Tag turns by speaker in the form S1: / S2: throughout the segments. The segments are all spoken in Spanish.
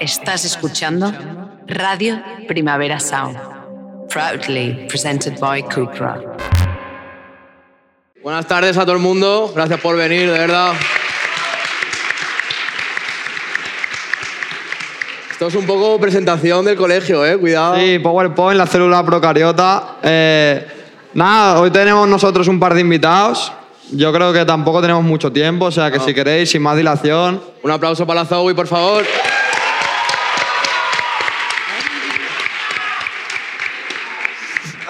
S1: Estás escuchando Radio Primavera Sound. Proudly presented by Coop Rock.
S2: Buenas tardes a todo el mundo, gracias por venir, de verdad. Esto es un poco presentación del colegio, eh, cuidado.
S3: Sí, PowerPoint, la célula procariota. Eh, nada, hoy tenemos nosotros un par de invitados. Yo creo que tampoco tenemos mucho tiempo, o sea que si queréis, sin más dilación.
S2: Un aplauso para la Zoe, por favor.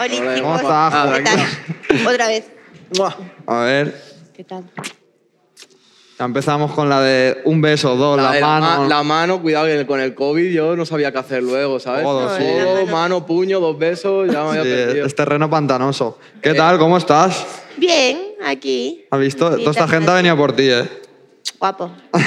S4: Oli,
S2: Hola, Ah,
S3: ¿cómo
S4: chicos.
S3: estás?
S4: ¿Qué tal? Otra vez.
S3: A ver,
S4: ¿Qué tal?
S3: ya empezamos con la de un beso, dos, la,
S2: de ma-
S3: mano.
S2: la mano, cuidado, que con el COVID yo no sabía qué hacer luego, ¿sabes?
S3: Todo, Oh, sí.
S2: Todo, mano, puño, dos besos, ya me había
S3: Sí,
S2: perdido.
S3: es terreno pantanoso. ¿Qué tal? ¿Cómo estás?
S4: Bien, aquí.
S3: ¿Has visto?
S4: Sí,
S3: Toda esta
S4: está
S3: gente ha
S4: bien.
S3: venido por ti, eh.
S4: Guapo.
S2: Ah,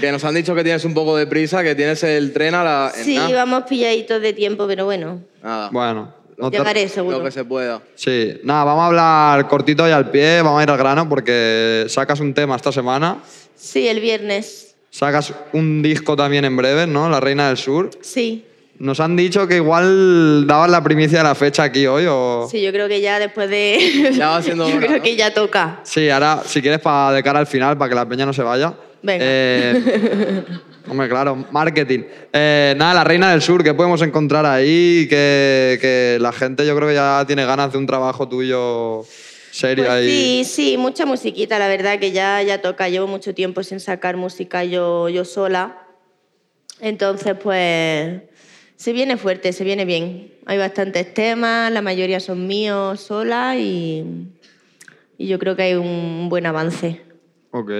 S2: Que nos han dicho que tienes un poco de prisa, que tienes el tren a la... en
S4: Sí,
S2: nada.
S4: vamos pilladitos de tiempo, pero bueno.
S2: Nada,
S3: Bueno, no te-
S4: Llegaré, seguro.
S2: lo que se pueda.
S3: Sí, nada, vamos a hablar cortito y al pie, vamos a ir al grano porque sacas un tema esta semana,
S4: Sí, el viernes.
S3: sacas un disco también en breve, ¿no? La Reina del Sur.
S4: Sí.
S3: Nos han dicho que igual dabas la primicia de la fecha aquí hoy o...
S4: Sí, yo creo que ya después de...
S2: Oh. Ya va siendo
S4: Yo
S2: hora,
S4: creo
S2: ¿no?
S4: que ya toca.
S3: Sí, ahora, si quieres, para de cara al final, para que la peña no se vaya.
S4: Venga.
S3: Eh, hombre, claro, marketing. Eh, nada, la Reina del Sur, ¿qué podemos encontrar ahí? Que, que la gente yo creo que ya tiene ganas de un trabajo tuyo serio
S4: Pues
S3: ahí.
S4: sí, sí, mucha musiquita, la verdad que ya, ya toca. Llevo mucho tiempo sin sacar música yo, yo sola. Entonces, pues se viene fuerte, se viene bien. Hay bastantes temas, la mayoría son míos sola y, y yo creo que hay un buen avance.
S3: Ok.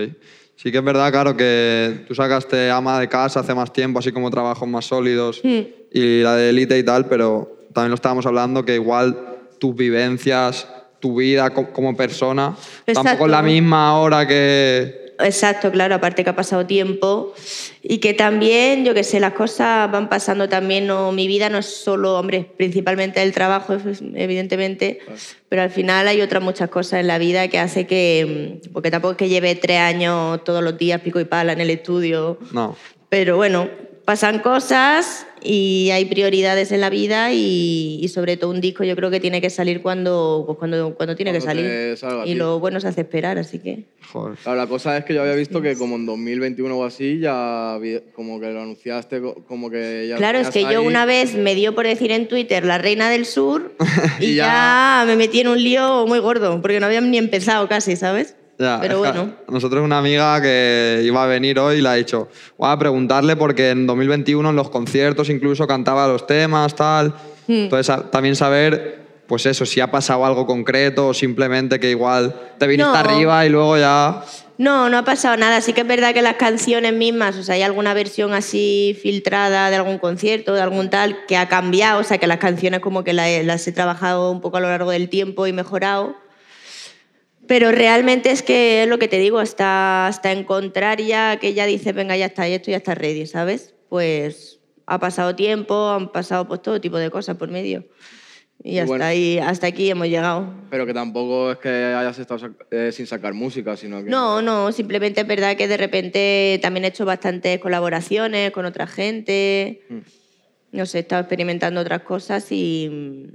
S3: Sí que es verdad, claro, que tú sacaste ama de casa hace más tiempo, así como trabajos más sólidos y la de élite y tal, pero también lo estábamos hablando que igual tus vivencias, tu vida co- como persona, tampoco
S4: Exacto.
S3: es la misma ahora que...
S4: Exacto, claro, aparte que ha pasado tiempo y que también, yo que sé, las cosas van pasando también, no, mi vida no es solo, hombre, principalmente el trabajo, es- evidentemente, pero al final hay otras muchas cosas en la vida que hace que, mm, porque tampoco es que lleve tres años todos los días pico y pala en el estudio,
S3: No.
S4: pero bueno, pasan cosas y hay prioridades en la vida y, y sobre todo un disco yo creo que tiene que salir cuando, pues cuando, cuando tiene
S2: Cuando
S4: que
S2: te
S4: salir
S2: salga,
S4: y
S2: tío.
S4: lo bueno se hace esperar, así que...
S3: Joder.
S2: Claro, la cosa es que yo había visto que como en 2021 o así ya vi- como que lo anunciaste, co- como que ya...
S4: Claro, es
S2: tenías
S4: que yo
S2: ahí.
S4: una vez me dio por decir en Twitter la reina del sur y,
S2: Y ya-
S4: ya... me metí en un lío muy gordo, porque no habían ni empezado casi, ¿sabes?
S3: Ya,
S4: Pero
S3: es que
S4: bueno,
S3: a Nosotros una amiga que iba a venir hoy le ha dicho, voy a preguntarle porque en 2021 en los conciertos incluso cantaba los temas, tal.
S4: Hmm.
S3: Entonces a- también saber, pues eso, si ha pasado algo concreto o simplemente que igual te viniste
S4: No.
S3: arriba y luego ya...
S4: no, no ha pasado nada. Sí que es verdad que las canciones mismas, o sea, hay alguna versión así filtrada de algún concierto, de algún tal, que ha cambiado, o sea, que las canciones como que la- las he, trabajado un poco a lo largo del tiempo y mejorado. Pero realmente es que es lo que te digo, hasta, hasta encontrar ya que ya dices, venga, ya está, esto ya está ready, ¿sabes? Pues ha pasado tiempo, han pasado pues todo tipo de cosas por medio. Y,
S2: Y
S4: hasta,
S2: bueno.
S4: ahí, hasta aquí hemos llegado.
S2: Pero que tampoco es que hayas estado sac- eh, sin sacar música, sino que...
S4: No, no, simplemente es verdad que de repente también he hecho bastantes colaboraciones con otra gente.
S3: Mm.
S4: No sé, he estado experimentando otras cosas y,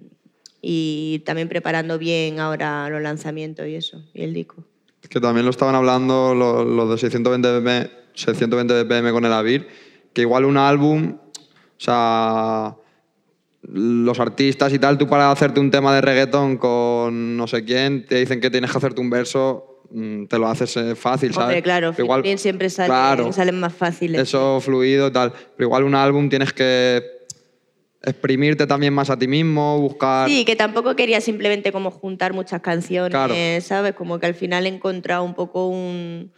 S4: y también preparando bien ahora los lanzamientos y eso, y el disco.
S3: Que también lo estaban hablando lo- los, de 620 BPM, 620 BPM con el Avir, que igual un álbum, o sea, los artistas y tal, tú para hacerte un tema de reggaeton con no sé quién, te dicen que tienes que hacerte un verso, mm, te lo haces eh, fácil, ¿sabes?
S4: Hombre, claro,
S3: Pero igual-
S4: bien siempre salen,
S3: claro,
S4: salen más fáciles.
S3: Eso fluido, tal. Pero igual un álbum tienes que exprimirte también más a ti mismo, buscar...
S4: Sí, que tampoco quería simplemente como juntar muchas canciones,
S3: Claro.
S4: ¿sabes? Como que al final he encontrado un poco un...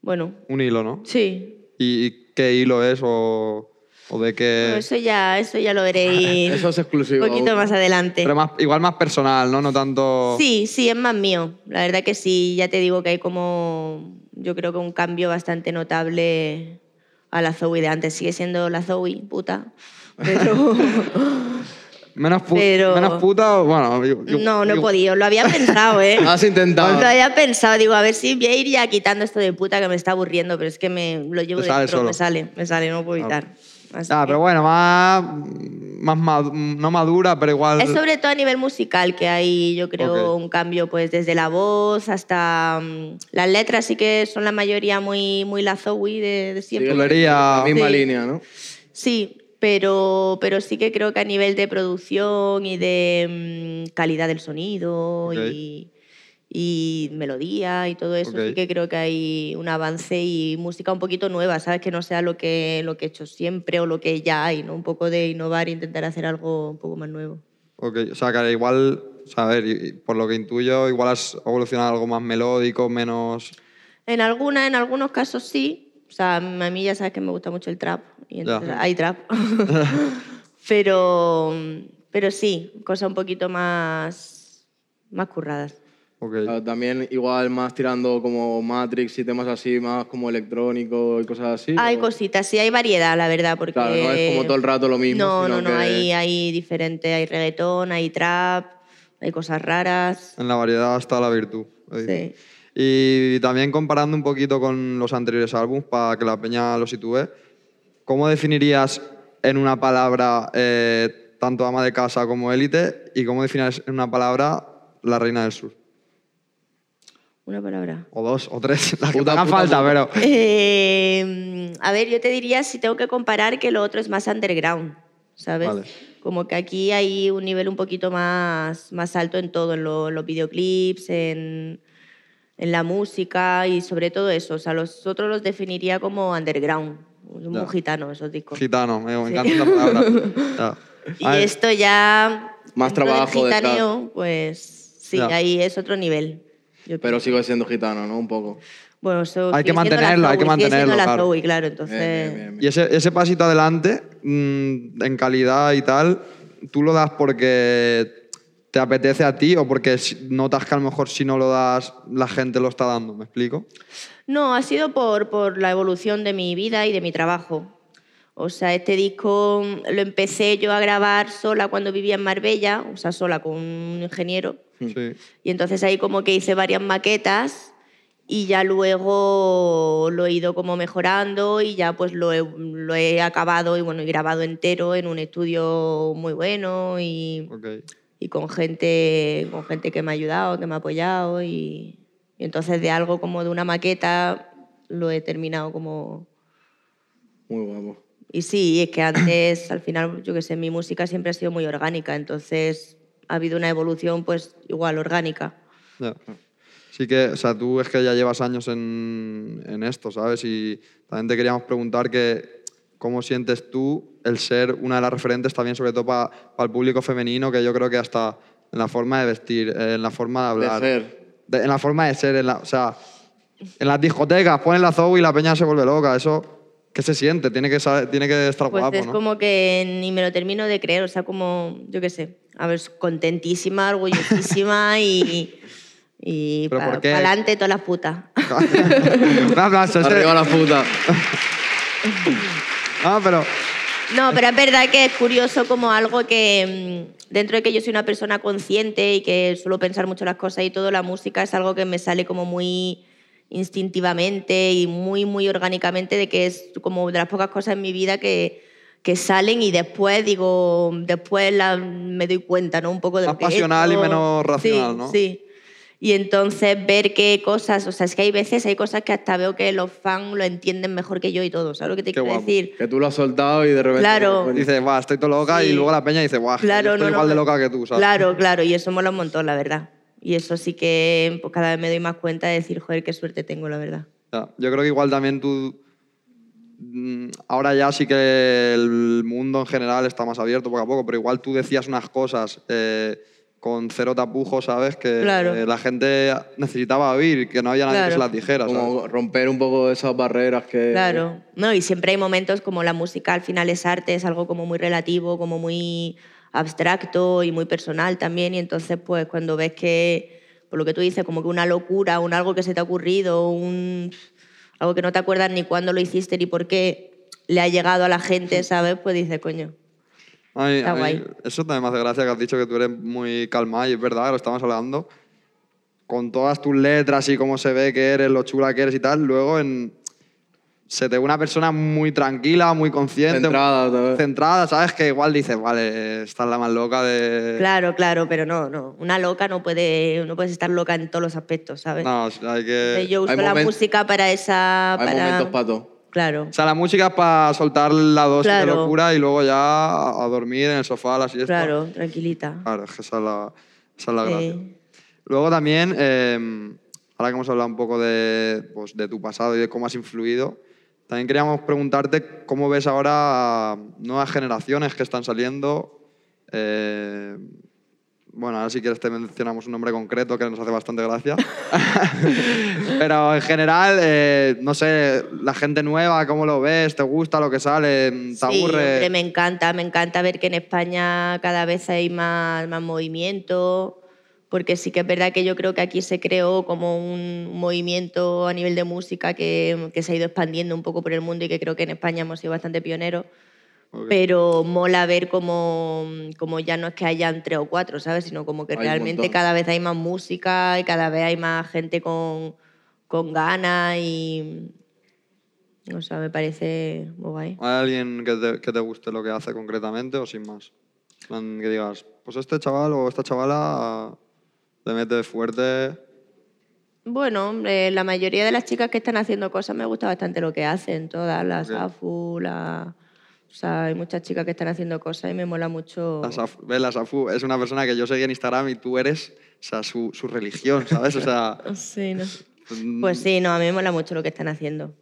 S4: Bueno,
S3: Un hilo, ¿no?
S4: sí,
S3: ¿Y, y qué hilo es o, o de qué...?
S4: Bueno, eso, ya, eso ya lo veréis
S2: Eso es exclusivo.
S4: un poquito más adelante.
S3: Pero más, igual más personal, ¿no? No tanto...
S4: Sí, sí, es más mío. La verdad que sí, ya te digo que hay como, yo creo que un cambio bastante notable a la Zoe de antes. Sigue siendo la Zoe, puta, pero,
S3: Menos, pu-
S4: Pero-
S3: menos puta, bueno. yo- yo-
S4: No, no he
S3: yo-
S4: podido, lo había pensado, ¿eh?
S2: Has intentado.
S4: Lo había pensado, digo, a ver si voy a ir ya quitando esto de puta que me está aburriendo, pero es que me lo llevo
S3: Te sale
S4: dentro,
S3: solo.
S4: me sale, me sale, no puedo evitar. Así
S3: Ah,
S4: que-
S3: pero bueno, más, más mad- no madura, pero igual.
S4: Es sobre todo a nivel musical que hay, yo creo,
S3: Ok.
S4: un cambio pues desde la voz hasta mm, las letras, sí que son la mayoría muy, muy la Zoe de, de
S2: Sigue
S4: siempre.
S2: la-
S3: Pulería.
S2: La misma
S4: Sí.
S2: línea, ¿no?
S4: Sí, pero, pero sí que creo que a nivel de producción y de mm, calidad del sonido
S3: Ok.
S4: y, y melodía y todo eso,
S3: Ok.
S4: sí que creo que hay un avance y música un poquito nueva, ¿sabes? Que no sea lo que, lo que he hecho siempre o lo que ya hay, ¿no? Un poco de innovar e intentar hacer algo un poco más nuevo.
S3: Ok, o sea, que igual, o sea, a ver, y- y por lo que intuyo, igual has evolucionado a algo más melódico, menos.
S4: En alguna, en algunos casos sí. O sea, a mí ya sabes que me gusta mucho el trap. Y entonces
S3: Ya.
S4: hay trap. pero, pero sí, cosas un poquito más, más curradas.
S3: Ok.
S2: Ah, También igual más tirando como Matrix y temas así, más como electrónico y cosas así.
S4: Hay
S2: ¿o?
S4: cositas, sí, hay variedad, la verdad, porque...
S2: Claro, no es como todo el rato lo mismo.
S4: No,
S2: sino
S4: no, no,
S2: que-
S4: hay, hay diferente, hay reggaetón, hay trap, hay cosas raras.
S3: En la variedad está la virtud. ahí.
S4: Sí.
S3: Y también comparando un poquito con los anteriores álbumes, para que la peña lo sitúe, ¿cómo definirías en una palabra eh, tanto ama de casa como élite? ¿Y cómo definirías en una palabra la reina del sur?
S4: Una palabra.
S3: O dos, o tres, las que
S2: Puta,
S3: te hagan
S2: puta,
S3: falta,
S2: puta.
S3: pero...
S4: Eh, a ver, yo te diría si tengo que comparar que lo otro es más underground, ¿sabes?
S3: Vale.
S4: Como que aquí hay un nivel un poquito más, más alto en todo, en, lo- en los videoclips, en, en la música y sobre todo eso. O sea, los otros los definiría como underground, son
S3: Ya.
S4: muy gitanos esos discos.
S3: Gitano, me me encanta esa palabra.
S4: y
S3: Ya. A ver,
S4: esto ya...
S2: Más
S4: dentro del
S2: trabajo detrás.
S4: gitaneo, pues sí,
S3: Ya.
S4: ahí es otro nivel. yo
S2: Pero
S4: pienso.
S2: sigo siendo gitano, ¿no? Un poco.
S4: Bueno, eso
S3: Hay que
S4: sigue siendo la
S3: mantenerlo, hay que
S4: Zoe, sigue siendo
S3: mantenerlo,
S4: la
S3: claro.
S4: Zoe, claro,
S2: Bien,
S4: entonces...
S2: bien, bien,
S3: Y
S2: bien.
S3: ese, ese pasito adelante, mm, en calidad y tal, ¿tú lo das porque te apetece a ti o porque si- notas que a lo mejor si no lo das, la gente lo está dando? ¿Me explico?
S4: No, ha sido por, por la evolución de mi vida y de mi trabajo. O sea, este disco mm, lo empecé yo a grabar sola cuando vivía en Marbella, o sea, sola con un ingeniero.
S3: Sí.
S4: Y entonces ahí como que hice varias maquetas y ya luego lo he ido como mejorando y ya pues lo he, lo he acabado y bueno, y grabado entero en un estudio muy bueno y,
S3: Ok.
S4: y con gente, con gente que me ha ayudado, que me ha apoyado y, y entonces de algo como de una maqueta lo he terminado como...
S2: Muy guapo.
S4: Y sí, es que antes, al final, yo que sé, mi música siempre ha sido muy orgánica, entonces ha habido una evolución pues igual orgánica.
S3: Ya. Sí que, o sea, tú es que ya llevas años en, en esto, ¿sabes? Y también te queríamos preguntar que cómo sientes tú el ser una de las referentes también, sobre todo para el público femenino, que yo creo que hasta en la forma de vestir, eh, en la forma de hablar.
S2: ser.
S3: de- en la forma de ser, en la, o sea, en las discotecas ponen la Zoe y la peña se vuelve loca. Eso, ¿qué se siente? Tiene que, sa- tiene que estar
S4: Pues
S3: guapo,
S4: es
S3: ¿no?
S4: como que ni me lo termino de creer, o sea, como, yo qué sé, a ver, contentísima, orgullosísima y, y
S3: ¿Pero
S4: para
S3: por qué?
S4: adelante todas las putas.
S3: Un aplauso, ese-
S2: Arriba la puta.
S3: No, Ah, pero...
S4: No, pero es verdad que es curioso como algo que mm, dentro de que yo soy una persona consciente y que suelo pensar mucho las cosas y todo, la música es algo que me sale como muy instintivamente y muy, muy orgánicamente, de que es como de las pocas cosas en mi vida que, que salen y después digo, después la- me doy cuenta, ¿no? Un poco de lo
S3: Más
S4: que he
S3: pasional y
S4: hecho.
S3: menos
S4: Sí,
S3: racional, ¿no?
S4: Sí. Y entonces ver qué cosas, o sea, es que hay veces, hay cosas que hasta veo que los fans lo entienden mejor que yo y todo, ¿sabes lo que te
S3: Qué
S4: quiero
S3: guapo.
S4: decir?
S2: Que tú lo has soltado y de repente.
S4: Claro.
S2: Bueno,
S3: Dice, va, estoy todo loca y
S4: Sí.
S3: luego la peña dice, guau,
S4: Claro,
S3: estoy
S4: no, no,
S3: igual de
S4: pero-
S3: loca que tú, ¿sabes?
S4: Claro, claro, y eso mola un montón, la verdad. Y eso sí que pues, cada vez me doy más cuenta de decir, joder, qué suerte tengo, la verdad.
S3: Ya, Yo creo que igual también tú... mm, Ahora ya sí que el mundo en general está más abierto poco a poco, pero igual tú decías unas cosas eh, con cero tapujos, ¿sabes? Que
S4: Claro.
S3: eh, la gente necesitaba oír, que no había nadie que
S4: Claro.
S3: se las dijera. ¿sabes?
S2: Como romper un poco esas barreras
S3: Eh.
S2: que.
S4: Claro. No, y siempre hay momentos como la música al final es arte, es algo como muy relativo, como muy abstracto y muy personal también. Y entonces, pues cuando ves que, por lo que tú dices, como que una locura, un algo que se te ha ocurrido, un, algo que no te acuerdas ni cuándo lo hiciste ni por qué le ha llegado a la gente, ¿sabes? Pues dices, coño.
S3: Ay,
S4: Está
S3: ay,
S4: guay.
S3: Eso también me hace gracia que has dicho que tú eres muy calmada y es verdad, lo estamos hablando. Con todas tus letras y cómo se ve que eres, lo chula que eres y tal, luego en... se te ve una persona muy tranquila, muy consciente.
S2: Centrada, tal vez.
S3: centrada, ¿sabes? Que igual dices, vale, esta es la más loca de...
S4: Claro, claro, pero no, no. Una loca no puede, no puedes estar loca en todos los aspectos, ¿sabes?
S3: No, eh, hay que...
S4: Entonces yo uso
S2: hay
S4: la
S2: momen-
S4: música para esa.
S2: Hay
S4: Ah, para-
S2: momentos para todo.
S4: Claro.
S3: O sea, la música es para soltar la dosis de
S4: Claro.
S3: locura y luego ya a a dormir en el sofá, a la siesta.
S4: Claro, tranquilita. Eh,
S3: Claro, es que esa es la, esa es Ah, la
S4: Sí.
S3: gracia. Luego también, eh, ahora que hemos hablado un poco de, pues, de tu pasado y de cómo has influido, también queríamos preguntarte cómo ves ahora nuevas generaciones que están saliendo. eh, bueno, ahora si quieres te mencionamos un nombre concreto que nos hace bastante gracia. Pero en general, eh, no sé, la gente nueva, ¿cómo lo ves? ¿Te gusta lo que sale? ¿Te
S4: Sí,
S3: aburre?
S4: hombre, me encanta, me encanta ver que en España cada vez hay más, más movimiento, porque sí que es verdad que yo creo que aquí se creó como un movimiento a nivel de música que, que se ha ido expandiendo un poco por el mundo y que creo que en España hemos sido bastante pioneros.
S3: Ok.
S4: Pero mola ver como, como ya no es que hayan tres o cuatro, ¿sabes? Sino como que
S2: Hay un
S4: realmente
S2: montón.
S4: cada vez hay más música y cada vez hay más gente con, con ganas y... O sea, me parece muy guay.
S3: ¿Hay alguien que te, que te guste lo que hace concretamente o sin más? En plan, Que digas, pues este chaval o esta chavala le mete fuerte.
S4: Bueno, hombre, la mayoría de las chicas que están haciendo cosas me gusta bastante lo que hacen, todas, las
S3: Ok.
S4: AFU, la... O sea, hay muchas chicas que están haciendo cosas y me mola mucho...
S3: La Safu, ve, la Safu es una persona que yo seguí en Instagram y tú eres o sea, su, su religión, ¿sabes? O sea,
S4: Sí, no.
S3: mm,
S4: Pues sí, no, a mí me mola mucho lo que están haciendo.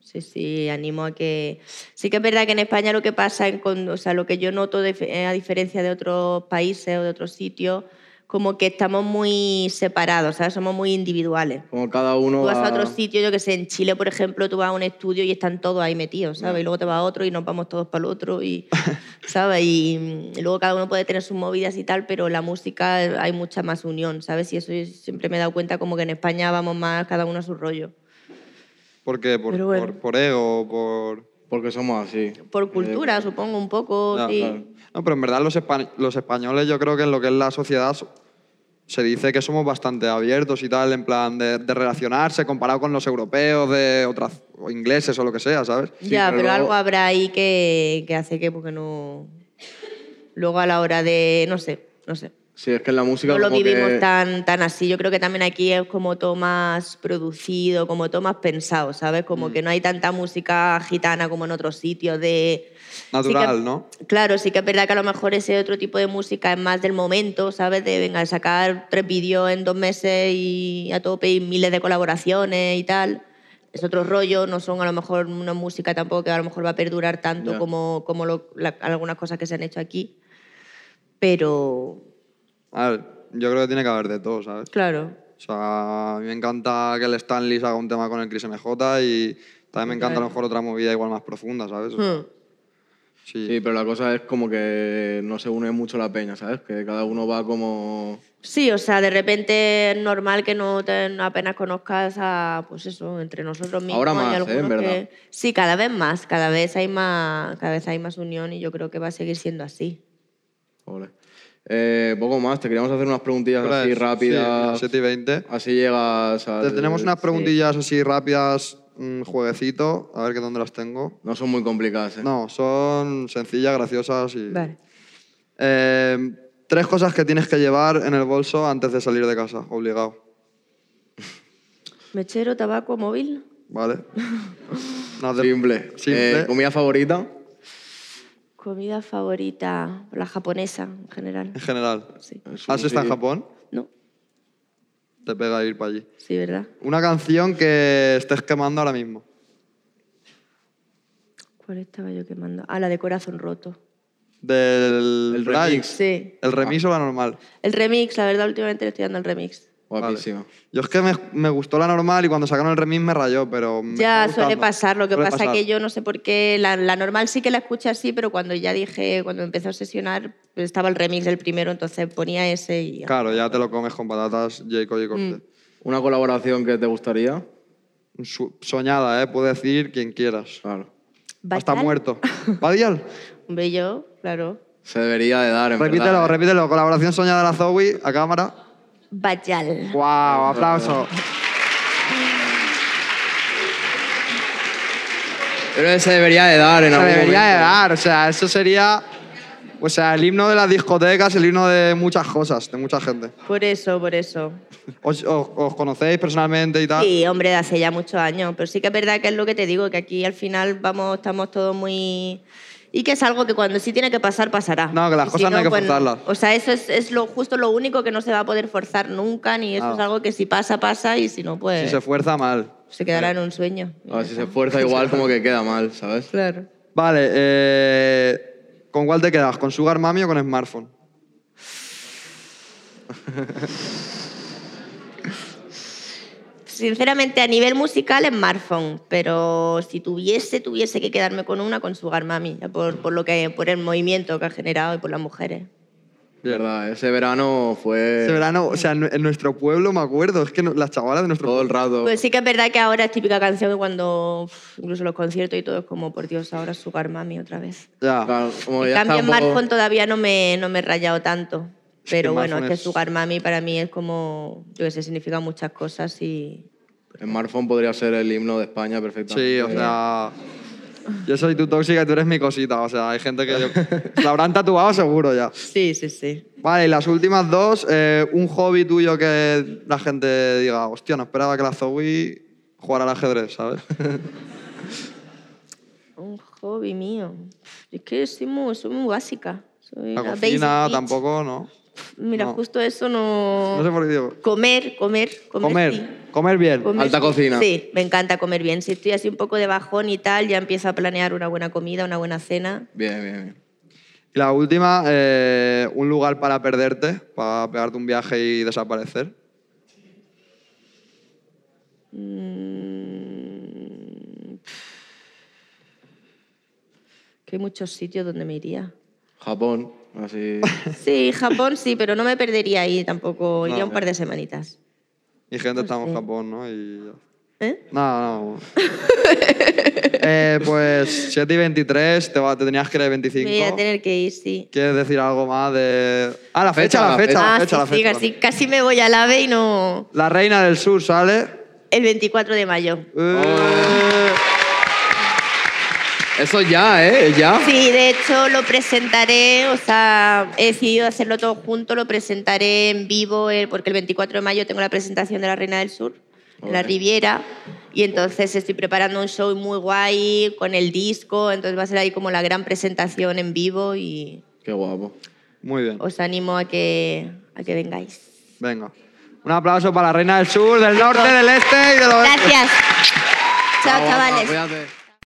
S4: Sí, sí, animo a que... Sí que es verdad que en España lo que pasa, en con- o sea, lo que yo noto de- eh, a diferencia de otros países o de otros sitios, como que estamos muy separados, ¿sabes? Somos muy individuales.
S2: Como cada uno.
S4: Tú vas
S2: va-
S4: a otro sitio, yo que sé, en Chile, por ejemplo, tú vas a un estudio y están todos ahí metidos, ¿sabes? Y luego te vas a otro y nos vamos todos para el otro, y, ¿sabes? Y, y luego cada uno puede tener sus movidas y tal, pero la música eh, hay mucha más unión, ¿sabes? Y eso yo siempre me he dado cuenta como que en España vamos más cada uno a su rollo.
S3: ¿Por qué? ¿Por,
S4: Pero bueno.
S3: por, por ego? ¿Por...?
S2: Porque somos así. Eh,
S4: Por cultura, supongo, un poco,
S3: Ya,
S4: Pues sí.
S3: claro. No, pero en verdad los, espa- los españoles yo creo que en lo que es la sociedad so- se dice que somos bastante abiertos y tal, en plan de, de relacionarse comparado con los europeos, de otras o ingleses o lo que sea, ¿sabes?
S4: ya,
S2: pero
S4: pero,
S2: luego-
S4: algo habrá ahí que, que hace que, porque no... Luego a la hora de, no sé, no sé.
S2: Sí, es que en la música.
S4: no lo
S2: como
S4: vivimos
S2: que...
S4: tan, tan así. Yo creo que también aquí es como todo más producido, como todo más pensado, ¿sabes? Como
S2: Mm.
S4: que no hay tanta música gitana como en otros sitios de...
S3: Natural,
S4: Sí que-
S3: ¿no?
S4: Claro, sí que es verdad que a lo mejor ese otro tipo de música es más del momento, ¿sabes? De, venga, sacar tres vídeos en dos meses y a tope y miles de colaboraciones y tal. Es otro rollo, no son a lo mejor una música tampoco que a lo mejor va a perdurar tanto
S2: Ya.
S4: como, como lo- la- algunas cosas que se han hecho aquí. Pero,
S3: A ver, yo creo que tiene que haber de todo, ¿sabes?
S4: claro,
S3: O sea, a mí me encanta que el Stanley haga un tema con el Chris MJ y también me encanta a lo
S4: Claro.
S3: mejor otra movida igual más profunda,
S2: Mm.
S3: ¿sabes? O sea,
S4: hmm,
S3: sí.
S2: Sí, pero la cosa es como que no se une mucho la peña, ¿sabes? Que cada uno va como.
S4: Sí, o sea, de repente es normal que no, te- no apenas conozcas a, pues eso, entre nosotros mismos.
S2: Ahora
S4: hay
S2: más, ¿eh?
S4: algunos
S2: En verdad.
S4: que- Sí, cada vez más, cada vez hay más, cada vez hay más unión y yo creo que va a seguir siendo así.
S2: Ole. Eh, poco más, te queríamos hacer unas preguntillas
S3: Ahora
S2: así
S3: es-
S2: rápidas.
S3: Pues, sí, 7 y 20.
S2: Así llegas
S3: Te-
S2: al...
S3: tenemos unas preguntillas así rápidas, un jueguecito, a ver que dónde las tengo.
S2: No son muy complicadas, ¿eh?
S3: No, son sencillas, graciosas y...
S4: Vale.
S3: Eh, tres cosas que tienes que llevar en el bolso antes de salir de casa, obligado,
S4: Mechero, tabaco, móvil.
S3: ¿vale? Nada de-
S2: Simple.
S3: Simple.
S2: Eh, ¿Comida favorita?
S4: Comida favorita, la japonesa en general.
S3: En general.
S4: Sí.
S3: ¿Has estado Ah, en
S2: Sushi.
S3: Japón?
S4: No,
S3: Te pega ir para allí.
S4: sí, ¿verdad?
S3: Una canción que estés quemando ahora mismo.
S4: ¿Cuál estaba yo quemando? Ah, la de corazón roto.
S3: Del
S2: El
S3: Bright.
S2: remix.
S4: Sí.
S3: El remix o la normal.
S4: El remix, la verdad, últimamente le estoy dando el remix.
S2: Guapísimo.
S3: Yo es que me, me gustó la normal y cuando sacaron el remix me rayó, pero... me
S4: Ya
S3: está
S4: suele
S3: gustando.
S4: pasar, lo que
S3: Suele
S4: pasa
S3: pasar.
S4: que yo no sé por qué, la, la normal sí que la escuché así, pero cuando ya dije, cuando empezó a sesionar, pues estaba el remix del primero, entonces ponía ese y... ya.
S3: Claro, ya te lo comes con patatas, Jacob y Corte.
S4: Mm.
S2: ¿Una colaboración que te gustaría?
S3: Su- Soñada, ¿eh? Puedes decir quien quieras.
S2: Claro.
S4: ¿Badial?
S3: Hasta muerto. ¿Badial?
S4: Hombre, yo, claro.
S2: Se debería de dar, en
S3: Repítelo,
S2: verdad, ¿eh?
S3: repítelo. Colaboración soñada de la Zoe a cámara.
S4: Bayal.
S3: ¡Wow! ¡Aplauso!
S2: Yo creo que se debería de dar en
S3: Se
S2: algún
S3: debería de
S2: momento.
S3: dar, o sea, eso sería. O sea, el himno de las discotecas, el himno de muchas cosas, de mucha gente.
S4: Por eso, por eso.
S3: ¿Os, os- os conocéis personalmente y tal?
S4: Sí, hombre, de hace ya muchos años. Pero sí que es verdad que es lo que te digo, que aquí al final vamos, estamos todos muy. Y que es algo que cuando sí tiene que pasar, pasará.
S3: No, que las
S4: Y
S3: cosas no hay que
S4: pues
S3: forzarlas.
S4: O sea, eso es, es lo, justo lo único que no se va a poder forzar nunca, ni eso
S3: Ah.
S4: es algo que si pasa, pasa, y si no,
S3: Si
S4: pues
S3: se
S4: se,
S3: fuerza mal.
S4: quedará en un sueño.
S2: A
S3: Ah,
S2: ver, si se esfuerza igual, como que queda mal, ¿sabes?
S4: Claro.
S3: Vale, eh, ¿con cuál te quedas? ¿Con Sugar Mami o con Smartphone?
S4: Sinceramente, a nivel musical, en Marfon, pero si tuviese, tuviese que quedarme con una, con Sugar Mami, ya por, por, lo que, por el movimiento que ha generado y por las mujeres.
S2: Verdad, ese verano fue
S3: Ese verano, o sea, en en nuestro pueblo, me acuerdo, es que no- las chavalas de nuestro
S2: todo el
S3: pueblo.
S2: rato.
S4: Pues sí que es verdad que ahora es típica canción que cuando uf, incluso los conciertos y todo es como, por Dios, ahora Sugar Mami otra vez.
S3: Ya.
S2: Claro, como
S4: en
S2: ya
S4: cambio, en
S2: está un poco-
S4: Marfon todavía no me, no me he rayado tanto.
S3: Es que
S4: Pero bueno,
S3: Marfon
S4: es que
S3: es-
S4: Sugar Mami para mí es como, yo qué sé, significa muchas cosas y...
S2: En Marfón podría ser el himno de España perfectamente.
S3: Sí, o sea. Yo soy tu tóxica y tú eres mi cosita. O sea, hay gente que. yo- la habrán tatuado seguro ya.
S4: Sí, sí, sí.
S3: Vale, y las últimas dos, eh, un hobby tuyo que la gente diga, hostia, no esperaba que la Zoe jugara al ajedrez, ¿sabes?
S4: Un hobby mío. Es que soy muy, soy muy básica. Soy
S3: La
S4: una
S3: cocina
S4: basic bitch.
S3: tampoco, ¿no?
S4: Mira,
S3: no.
S4: justo eso no...
S3: No sé por qué digo.
S4: Comer, comer, comer. sí.
S3: Comer, comer bien.
S4: Comer
S2: Alta
S4: sí.
S2: cocina.
S4: Sí, me encanta comer bien. Si estoy así un poco de bajón y tal, ya empiezo a planear una buena comida, una buena cena.
S2: Bien, bien, bien.
S3: Y la última, eh, un lugar para perderte, para pegarte un viaje y desaparecer.
S4: Mm, Que hay muchos sitios donde me iría.
S2: Japón, así.
S4: Sí, Japón sí, pero no me perdería ahí tampoco. Iría
S3: No,
S4: un par de semanitas.
S3: Mi gente estamos en
S4: sé.
S3: Japón, ¿no? Y ya.
S4: ¿Eh?
S3: No, no. Eh, pues 7 y 23, te, va- te tenías que ir de
S4: Me voy a
S3: 25.
S4: tener que ir, sí.
S3: ¿Quieres decir algo más de...? Ah, la fecha,
S2: Fecha,
S3: la
S2: la
S3: fecha,
S4: ah,
S3: la fecha,
S4: sí,
S3: la
S4: sí,
S3: fecha.
S4: casi, casi me voy al AVE y no...
S3: La reina del sur sale.
S4: El 24 de mayo.
S3: Eh,
S2: Eso ya, ¿eh? Ya.
S4: Sí, de hecho lo presentaré, o sea, he decidido hacerlo todo junto, lo presentaré en vivo el- porque el 24 de mayo tengo la presentación de La Reina del Sur en la
S2: Ole.
S4: Riviera y entonces estoy preparando un show muy guay con el disco, entonces va a ser ahí como la gran presentación en vivo y
S2: Qué guapo.
S3: Muy bien,
S4: os animo a que, a que vengáis.
S3: venga. Un aplauso para la reina del sur, del norte, del este y del oeste.
S4: Gracias. Chao,
S2: Guapo,
S4: chavales.
S2: cuídate.